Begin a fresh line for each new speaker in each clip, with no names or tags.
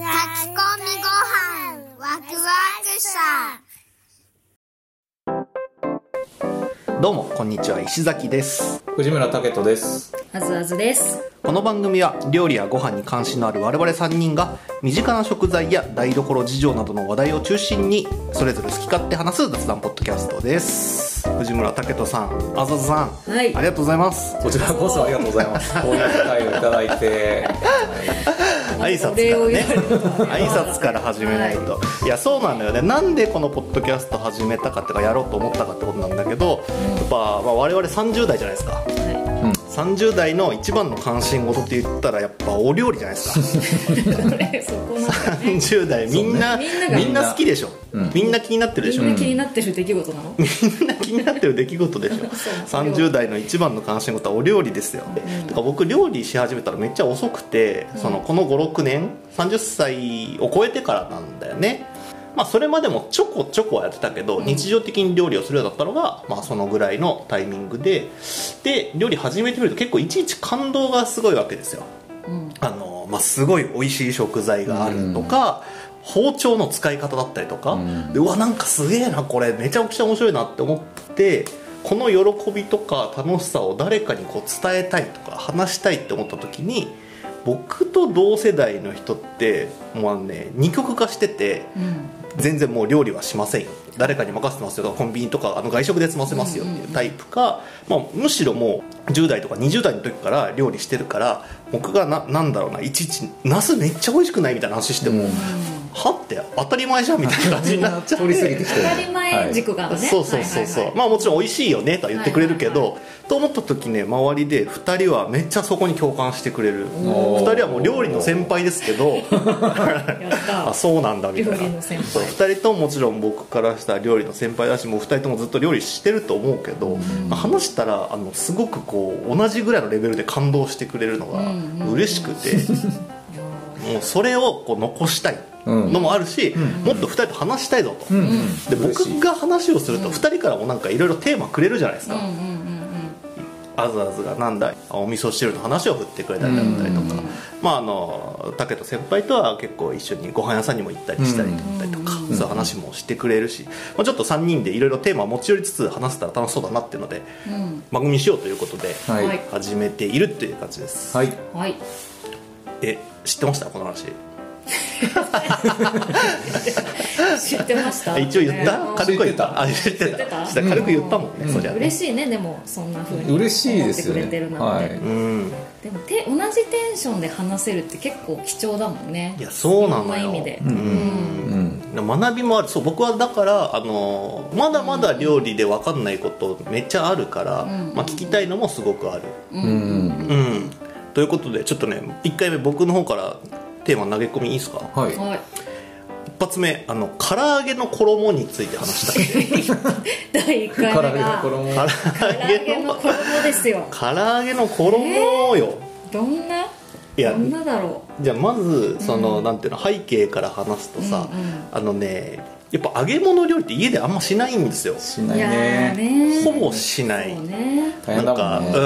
込みご飯ワクワクさ
どうもこんにちは石崎です
藤村武人です。
あずあずです。
この番組は料理やご飯に関心のある我々3人が身近な食材や台所事情などの話題を中心にそれぞれ好き勝手話す雑談ポッドキャストです藤村武人さんあざずさん、
はい
ありがとうございます
こちらこそありがとうござい ます。こういう機会をいただいて、
挨拶から
お礼を言
ね
われると
挨拶から始めないと、い、やそうなんだよねなんでこのポッドキャスト始めたかってかやろうと思ったかってことなんだけど、やっぱ、まあ、我々30代じゃないですか
は
30代の一番の関心事って言ったらやっぱお料理じゃないですか
い、そこまで。
30代みんな、
そうねみんなが
みんな好きでしょ、
うん
みんな気になってるでしょ、
みんな気になってる出来事なの？
みんな気になってる出来事でしょ
そう
30代の一番の関心事はお料理ですよ、てか僕料理し始めたらめっちゃ遅くて、そのこの56年30歳を超えてからなんだよねまあそれまでもちょこちょこはやってたけど、日常的に料理をするようになったのが、まあ、そのぐらいのタイミングでで料理始めてみると結構いちいち感動がすごいわけですよ
うん。
あの、まあ、すごい美味しい食材があるとか、包丁の使い方だったりとか、
ん
でうわなんかすげえなこれめちゃくちゃ面白いなって思ってこの喜びとか楽しさを誰かにこう伝えたいとか話したいって思った時に僕と同世代の人ってもうね二極化してて
うん。
全然もう料理はしませんよ誰かに任せてますよとかコンビニとかあの外食で済ませますよっていうタイプか、まあ、むしろもう10代とか20代の時から料理してるから僕がななんだろうないちいち「ナスめっちゃ美味しくない?」みたいな話しても「
うん
はって当たり前じゃん」みたいな感じになっちゃって
通り過ぎてきてる。
当たり前軸がね。
そうそうそうそう、
はいはい
まあもちろん美味しいよねとは言ってくれるけど、
はい
と思った時ね周りで2人はめっちゃそこに共感してくれる
お
2
ー
人はもう料理の先輩ですけど
はいやった
あ。そうなんだみたいな
料理の先輩
そう2人とももちろん僕からしたら料理の先輩だしもう2人ともずっと料理してると思うけど、まあ話したらあのすごくこう同じぐらいのレベルで感動してくれるのが
うんうんうん
嬉しくて、
いや
もうそれをこう残したい
うん
のもあるし、もっと2人と話したいぞと。
うんうん
で
嬉しい
僕が話をすると2人からもなんかいろいろテーマくれるじゃないです
ー
か、
うんうんうん
あずあずがなんだあお味噌汁の話を振ってくれたりだったりとか、
うん
まああの武人先輩とは結構一緒にご飯屋さんにも行ったりしたりだったりとか、そういう話もしてくれるし、まあ、ちょっと3人でいろいろテーマを持ち寄りつつ話せたら楽しそうだなっていうので
うんうん。
番組にしようということで
はい
はい
始めているっていう感じです、
はい。
はい。
え知ってましたこの話
知ってました。
あ一応言った、
ね
軽くは言っ
知って
た
た
あ知ってた知っ
知ってた
てた軽く言ったもんね、そりゃね
嬉しいねでもそんな風に
嬉しいですよ
思っ
ね。
てくれてるなん
は
て、
い。
うん
でもて同じテンションで話せるって結構貴重だもんね
いやそうなのよ
ろん意味で、
うん
うん。
学びもあるそう僕はだからあのまだまだ料理で分かんないことめっちゃあるから、
うん
まあ、聞きたいのもすごくある。
う
うんん。
うん、ということでちょっとね1回目僕の方からテーマ投げ込みいいですか
はい。
はい
一発目あの唐揚げの衣について話したい
唐揚げの衣。
第1回目が唐揚げ の衣ですよ
唐揚げの衣よ、
どんない
や
どんなだろ
じゃあまずその、なんていうの背景から話すとさ、
うんうん
あのねやっぱ揚げ物料理って家であんましないんですよ
し
う
ない
やー
ね。
ね
ほぼしない、
そうね
な
大変
ん
だ
か、
もんね。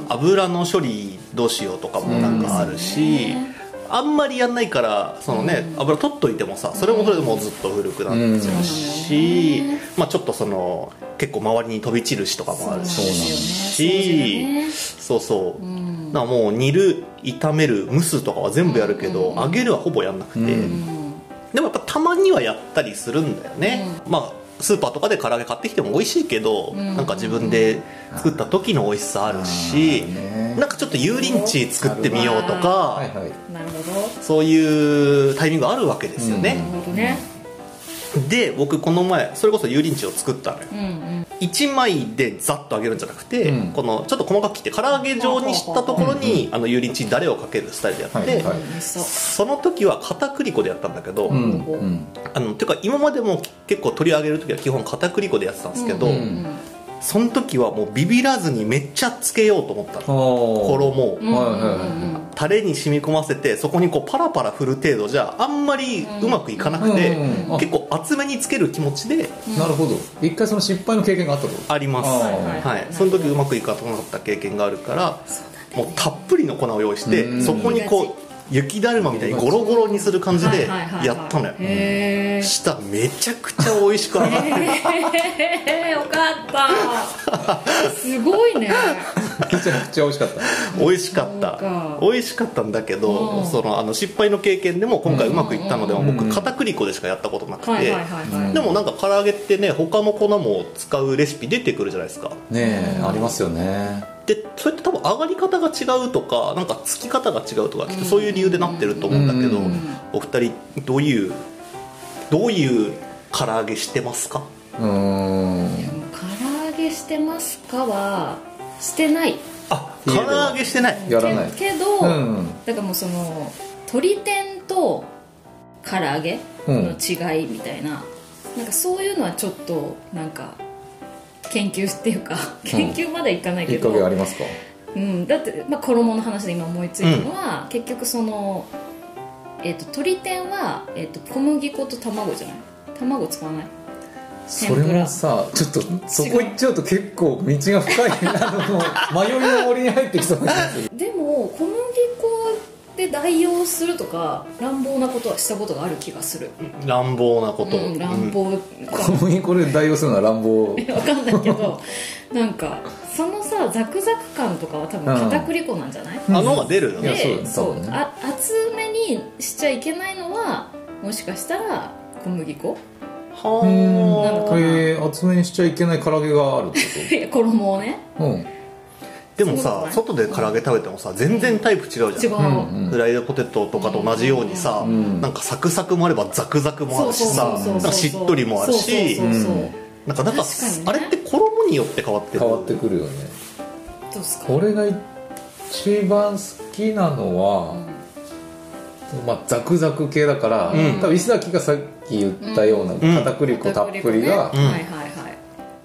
うん油の処理どうしようとかもなんかあるし、
そうですね
あんまりやんないからそのね、油取っといてもさそれもそれでもうずっと古くなっちゃうし、
うんそうなのよね
まあ、ちょっとその結構周りに飛び散るしとかもある
そうなんです
し
よね
そうそう、
うん
だからもう煮る炒める蒸すとかは全部やるけど、
うん
揚げるはほぼやんなくて、
う
うん
でもやっぱたまにはやったりするんだよね、まあスーパーとかで唐揚げ買ってきても美味しいけど、
ん
なんか自分で作った時の美味しさあるし、
ね
なんかちょっと油淋鶏作ってみようとか、
はいはい。
なるほど
そういうタイミングがあるわけですよ
なる
ね、
ほどね
で僕この前それこそ油淋鶏を作ったのよ
うんうん
1枚でざっと揚げるんじゃなくて、
うん
このちょっと細かく切って唐揚げ状にしたところに、あの油淋鶏ダレをかけるスタイルでやって、
はいはい
美味しそう
その時は片栗粉でやったんだけど、
うんうん。
あのてか今までも結構取り上げる時は基本片栗粉でやってたんですけど、
うん
その時はもうビビらずにめっちゃつけようと思ったの
衣。
衣を、
うんうんうん
はいはいはい
うん
タレに染み込ませてそこにこうパラパラ振る程度じゃあんまりうまくいかなくて、
うんうん
結構厚めにつける気持ちで
なるほど。一回その失敗の経験があったこと。
あります、
あ
は
ー
い
はいはい
その時うまくいかなかった経験があるからもうたっぷりの粉を用意して、
うん
そこにこう雪だるまみたいにゴロゴロにする感じで
はいはいはいはい
やったのよ
へえ
したらめちゃくちゃ美味しく上が ってる
へえよか ったすごいね
めちゃくちゃ美味しかった
美味しかった
そうか
美味しかったんだけど、
うん
そのあの失敗の経験でも今回うまくいったのでは僕片栗粉でしかやったことなくて、
はいはいはいはい、
でもなんか唐揚げってね他の粉も使うレシピ出てくるじゃないですか
ねえありますよね
でそれって多分上がり方が違うとかなんかつき方が違うとかきっとそういう理由でなってると思うんだけど、
うん
お二人どういうどういう唐揚げしてますか
うーん
いやもう唐揚げしてますかはしてない
あ
いえ
唐揚げしてない
やらない
けけど、
うん
だからもうその鶏天と唐揚げの違いみたいな、なんかそういうのはちょっとなんか研究っていうか研究まではいかない
い
け
い
ど、
加
う
減あ
ん
りますか
だって、まあ、衣の話で今思いついたのは、結局その、えっと鶏天は、えっと小麦粉と卵じゃない卵使わない
それもさちょっとそこ行っちゃうと結構道が深いあの迷いの森に入ってきそうな気がする
でも小麦粉で代用するとか乱暴なことはしたことがある気がする、
乱暴なこと、
うん、乱暴
小麦粉で代用するのは乱 暴
わかんないけどなんかそのさザクザク感とかは多分片栗粉なんじゃない、
うんあのが出るの
いや
ね
そう
で
だ
そう
多分ね
あ厚めにしちゃいけないのはもしかしたら小麦粉
は
なん
あ
か
えー、厚めにしちゃいけない唐揚げがあるって
いや衣をね
ことうん
でも
そう
さ
だ
外で唐揚げ食べてもさ全然タイプ違うじゃん
違う、
うん
フライドポテトとかと同じようにさ、
ん
なんかサクサクもあればザクザクもあ
そう
るし
そうそう
さ
そうそう
なんかしっとりもあるし
そうそうそうそう
うん
なんかなんか
確かにね
あれって衣によって変わってる
変わってくるよね
どうですか
俺が一番好きなのは、まあ、ザクザク系だから、
ん
多分石崎がさっき言ったような片栗粉たっぷりが
片栗粉ねはいはいはい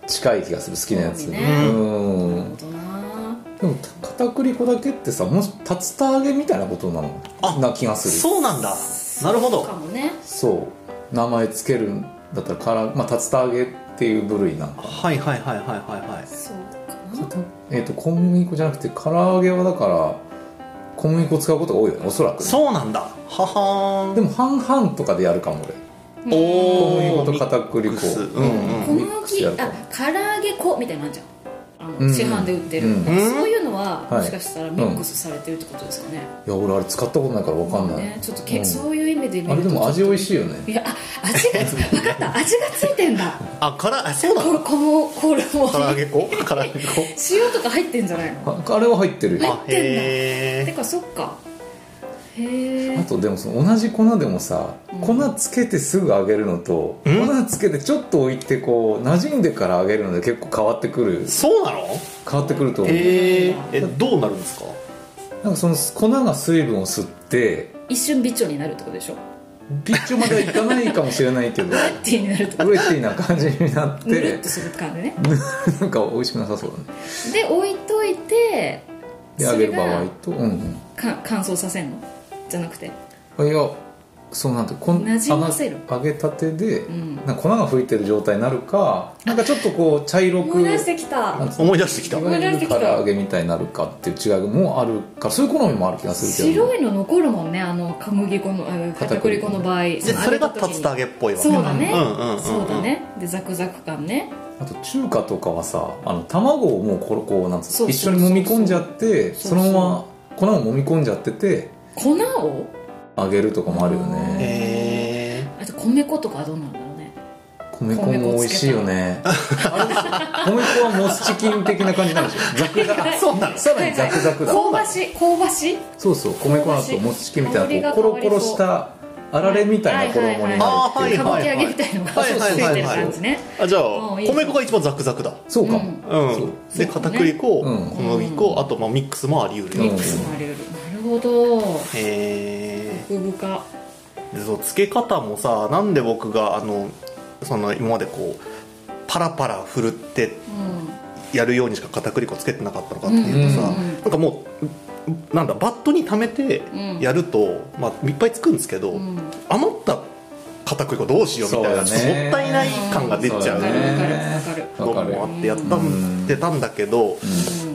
近い気がする好きなやつ
そう
に、
ね
うん
なるほどな
でも片栗粉だけってさもし竜田揚げみたいなことなの
あ
な気がする
そうなんだなるほ
か
ど
もね
そう名前つけるんだったらから、まあ、竜田揚げっていう部類なのか
はいはいはいはいはいはい
そうかな
えっ、と小麦粉じゃなくて唐揚げはだから小麦粉使うことが多いよねおそらくね
そうなんだははーん
でも半々とかでやるかも俺小麦
お
粉と
ー
片栗
ミッ
粉
クスうん
小
ミックス
麦
や
あ
るかも
唐揚げ粉みたいなのあるじゃんあの、
うん
市販で売ってる、
うん
そういうのは、
はい
もしかしたらミックスされてるってことですかね,、
いや俺あれ使ったことないから分かんない、
ねちょっとけ、
うん
そういう意味で見
あ
る
れ
と
でも味美味しいよ
い
ね
やあ味が 分かった味がついてんだ
あからあそうな
これ
の
このこれも
唐揚げ粉唐揚げ粉
塩とか 入ってんじゃないの
ああれは入ってるよ
あへ
て
え
かそっかへえ
あとでもその同じ粉でもさ、粉つけてすぐ揚げるのと、
うん
粉つけてちょっと置いてこう馴染んでから揚げるので結構変わってくる
そうなの
変わってくると思う、
へええどうなるんですか
なんかその粉が水分を吸って
一瞬美女になるってことでしょ
ピッチョまではいかないかもしれない けど
ティーになると
ウエティな感じになっ
ぬる
て
っとする感じね
なんか美味しくなさそうだね
で置いといて
で揚げる場合とうん
か乾燥させんのじゃなくて
うんいやそうなんてこん
馴染ませる
揚げ揚げたてで、
ん
なんか粉が吹いてる状態になるかなんかちょっとこう茶色く
思い出してきた
なんつうの
思い出してきた
いわゆ
思い出して
る
きた
唐揚げみたいになるかっていう違いもあるからそういう好みもある気がするけど、
白いの残るもんねあの小麦粉のあの片栗粉の場合
でそれが竜田揚
げ
げっぽいわけ
そうだね、
うんうんうんうん
そうだねでザクザク感ね
あと中華とかはさあの卵をもうこうこうなんつう
そうそうそ
の
う
一緒に揉み込んじゃって
そ
そう
そう
のまま粉を揉み込んじゃってて
粉を
揚げるとかもあるよね
へえ
あと米粉とかはどうなんだろうね
米粉も美味しいよねあれでしょ米粉はモスチキン的な感じなんでしょザクザク
そうなの
さらにザクザクだ
香ばしい香ばしい
そうそう米粉だとモスチキンみたいなこうコロコロしたあられみたいな衣になるっていう
あー
歌
は
舞
いはい
伎揚げみたいのがつ
はいはいいはいはい
てる感じね
あじゃあ
うんいい
米粉が一番ザクザクだ
そうかも、
うん
う
そうん
で片栗粉
うん
小麦粉あとまあミックスもあり得る
ミ
よ
ックスもあり得るなるほど
へえ
奥深
でそうつけ方もさなんで僕があのその今までこうパラパラ振るって
うん
やるようにしか片栗粉つけてなかったのかっていうとさ、
うんうんうん
なんかもううなんだバットに溜めて
うん
やると、まあ、いっぱいつくんですけど、
うん
余った片栗粉どうしようみたいな、
そうだね
もったいない感が出ちゃ
そう
わ
だ
かる
ね
わかるわかる
の
わかる
もあってやった
うん
んでたんだけど、
うん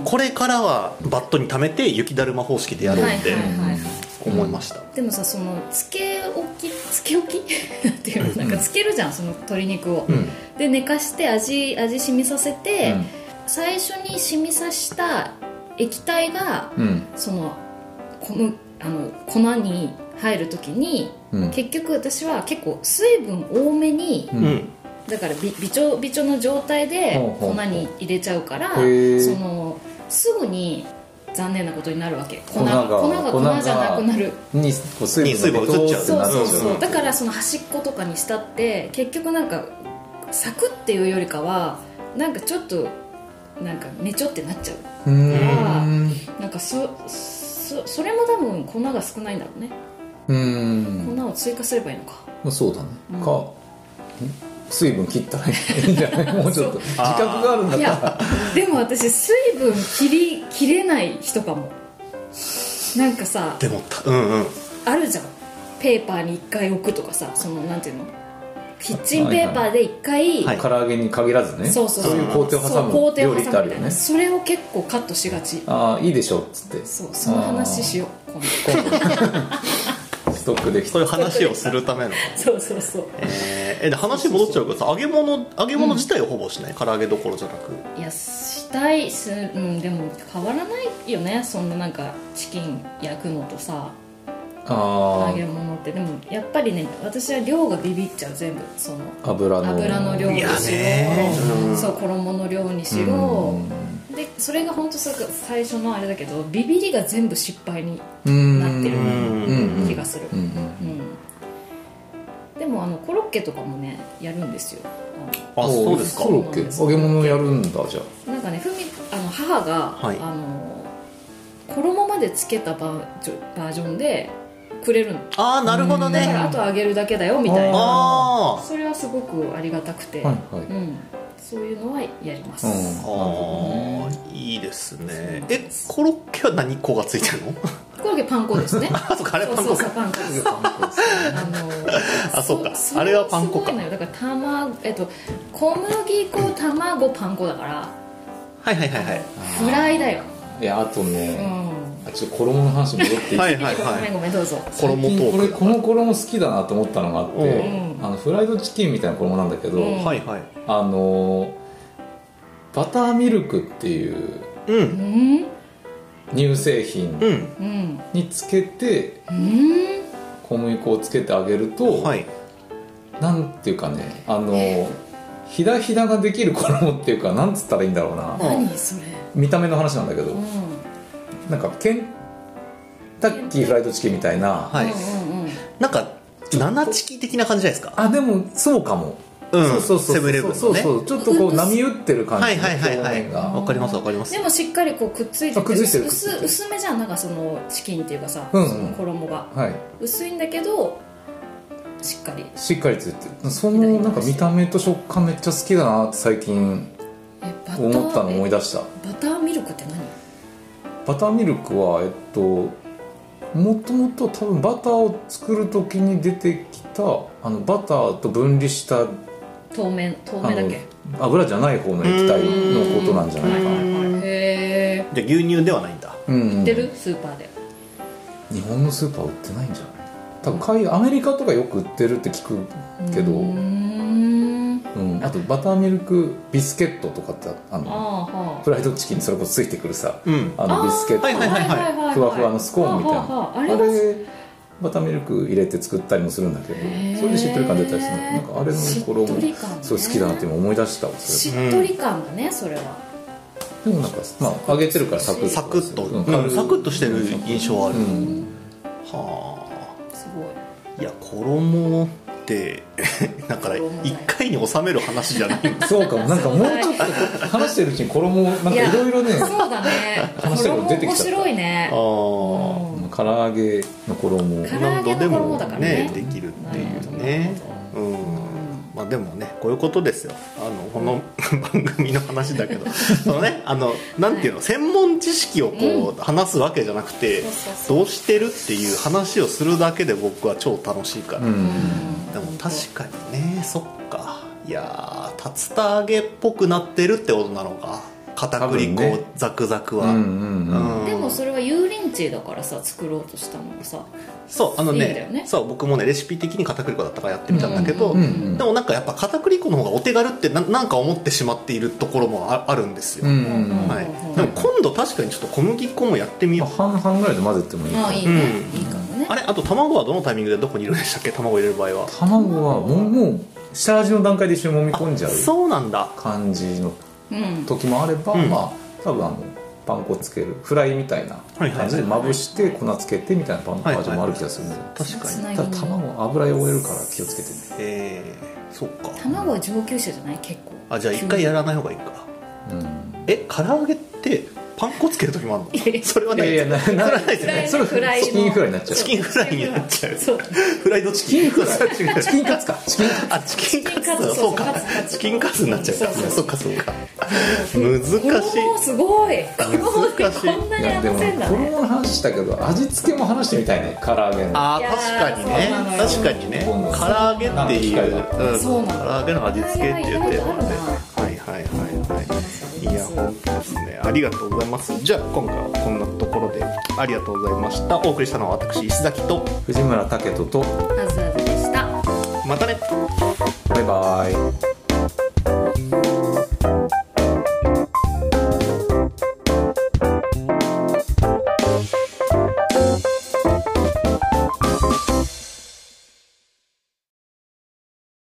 これからはバットに溜めて雪だるま方式でやるんで、
はいはいはいはい
思いました、
でもさそのつけ置きつけ置き なんていうのなんかつけるじゃんその鶏肉を、
うん
で寝かして味味染みさせて、
うん
最初に染みさした液体が、
うん
そのこのあの粉に入る時に、
うん
結局私は結構水分多めに、
う
うん
だからびびちょびちょの状態で
ほうほ
粉
う
に入れちゃうから
へー
そのすぐに残念なことになるわけ粉
が
が粉が粉じゃなくなる
にこう水分が移っちゃうって
そう
なっち
そ
ゃ
う
う
そう、
うん
だからその端っことかにしたって結局なんかサクっていうよりかはなんかちょっとなんかねちょってなっちゃ
う
う
ーん
なんかそそそれも多分粉が少ないんだろうね、
うーん
粉を追加すればいいのか
まあそうだね
うん
かん水分切ったらいいんじゃないもうちょっと自覚があるんだ
い
ったら
やでも私水分切り切れない人かもなんかさ
でもたうんうん
あるじゃんペーパーに1回置くとかさそのなんていうのキッチンペーパーで1回、
はい
唐揚げに限らずね
そうそう
いう工程を挟
そう工
む
程を
料理って
挟
あ
むみ
る
た
よ
いな
ね
それを結構カットしがち
ああいいでしょうっつって
そうその話しよう 今度
うストックでき
そう
た
いう話をするための
そうそうそう
えーえで話戻っちゃうけどさ揚げ物揚げ物自体をほぼしない、唐揚げどころじゃなく
いやしたいすうんでも変わらないよねそんななんかチキン焼くのとさ
あ
揚げ物ってでもやっぱりね私は量がビビっちゃう全部その
あ油の
油の量に
いや
し
ね
ろ
うん
そう衣の量にしろでそれが本当さ最初のあれだけどビビりが全部失敗に
うん
なってる
うん
気がする
うんうん
うんでもあのコロッケとかもねやるんですよあ
あそうですか
コロッケ揚げ物やるんだじゃ
のなんかねふみあの母が、
はい
あの衣までつけたバージョバージョンでくれるの
ああなるほど
だか
ね
らあとは揚げるだけだよみたいな
あ
それはすごくありがたくて、
あはいはい
うん、そういうのはやります、
うん
あ
ほ
あーいいですねえコロッケは何粉がついてるの
コロッケパン粉です ね
あそうかあれはパン
そ
粉
うそ
か
うそうパン粉ですあの
あそうか
れ
あれはパン粉か
すごいのよだから卵えっと小麦粉卵パン粉だから
はいはいはいはい
フライだよ
いやあと
う
ね
ん
あちょっと衣の話戻っていいですか
はいはい
ごめん
は
ごめんどうぞ
い衣ト
これ
ー
この衣好きだなと思ったのがあって、
うん
あのフライドチキンみたいな衣なんだけど、
うん
クはいはい
あのバターミルクっていう
う
うんん
乳製
うん
品
うん
につけて
うん
小麦粉をつけてあげると、
はい
なんていうかねあのひだひだができる衣っていうかなんつったらいいんだろうな
何それ
見た目の話なんだけど
うん
なんかケンタッキーフライドチキンみたいな、
はい
うんうんうん
なんか七チキ的な感じじゃないですか
あでもそうかも、
うん
そうそうそう
セブンイレブンのね
そうそうちょっとこう波打ってる感
は
じ
い
の
はいはいは
表
い
面が、
わかりますわかります
でもしっかりこうくっついて
あくっついてる
薄
くっついてる
薄めじゃんなんかそのチキンっていうかさ、
うんうん
その衣が
はい、
薄いんだけどしっかり
しっかりついてるそのなんか見た目と食感めっちゃ好きだなって最近
えバター
思ったの思い
え
出した
バターミルクって何
バターミルクはえっともともと多分バターを作る時に出てきたあのバターと分離したあ
透明透明だっ
の
け
油じゃない方の液体のことなんじゃないかな
へ
じゃあ牛乳ではないんだ
うん
え売ってるスーパーで
日本のスーパー売ってないんじゃない多分海アメリカとかよく売ってるって聞くけど、
うーん
うん、あとバターミルクビスケットとかってあ
あー
の
は
フライドチキンにそれこそついてくるさ
うん
あ
ああ
の
ー
ビスケット、
はいはい
はい
ふわふわのスコーンみたいな
はあはあはああ
あ
れは
れバターミルク入れて作ったりもするんだけ
へー
どそれでしっとり感出たりするのなんかあれの
しっと
衣
り感ね
そう好きだなって今思い出したわそ
し
れ
っとり感だねそれは
でもなんかまあ揚げてるからサクッと
サクッと、
うん
うん、サクッとしてる印象はある、
うん
は
すごい
あいや衣って だから
衣
一回に収める話じゃない
そうかもなんかもうちょっと話してるうちに衣なんかいろいろね
そうだね
話が出てきちゃった
面白いね
ああ
うん
唐揚げの衣
唐揚げ
何度で
の
も
衣だから
ね
ね
できるっていう
な
ね
るほ
うんまあでもねこういうことですよあのこの 番組の話だけどそのねあのなんていうの専門知識をこう話すわけじゃなくて
そうそうそう
どうしてるっていう話をするだけで僕は超楽しいから、
うん
でも確かにねそっかいやー竜田揚げっぽくなってるってことなのか片栗
多分
粉
ね
ザクザク
う
は、
んうんうん
うん
でもそれは油淋鶏チーだからさ作ろうとしたのがさ
そうあの
いいんだ
ね
よね
そう僕もねレシピ的に片栗粉だったからやってみたんだけど、
うん
うん
でもなんかやっぱ片栗粉の方がお手軽ってななんか思ってしまっているところもああるんですよ、
うんうん
うん
はい
うん、
でも今度確かにちょっと小麦粉もやってみ
ま
よ
あ
う
半々ぐらいで混ぜてもいいか
あ
な
あいいね、
うん
いいかもね
あれあと卵はどのタイミングでどこにいるんでしたっけ卵入れる場合は
卵はもうもう下味の段階で一緒に揉み込んじゃう
そうなんだ
感じの
うん
時もあれば、
うん
まあ多分あのパン粉つけるフライみたいな
はいは
感
い
じでまぶして粉つけてみたいなパンバージョンもある気がするんで、
確かに
な
ただ卵油汚れるから気をつけてね
えー、そっか
卵は上級者じゃない結構
あじゃあ一回やらない方がいいか
うん
え唐揚げってパン粉つける時もあるのそれはいな
や
い
いやな
それ
な
はないですよ
フライ
ね
の
それ
フライの
チキンフライになっち
チキンフライになっち
ゃう
ゃう
そう
フライドチキンフライ
チキンカツかチキンカツ
あチキンカツ
チキンカツ
そうか
カツカツ
チキンカツになっちゃうから
そうそう
そっかそっか難しい
おーすごい
難しい
こんないに
やで
合
も
わせんだね
衣の話したけど味付けも話してみたいね唐揚げの
あー
いやー
確かに
そうなの
ね
よ
確かにね
今度
唐揚げってい
なんか機会
う、うん、
そうなの
唐揚げの味付けっていうテーマで
唐揚げは
はいはいはいはいいや本当ですねありがとうございますじゃあ今回はこんなところでありがとうございましたお送りしたのは私石崎と
藤村武人と
あずあずでした
またね
バイバイ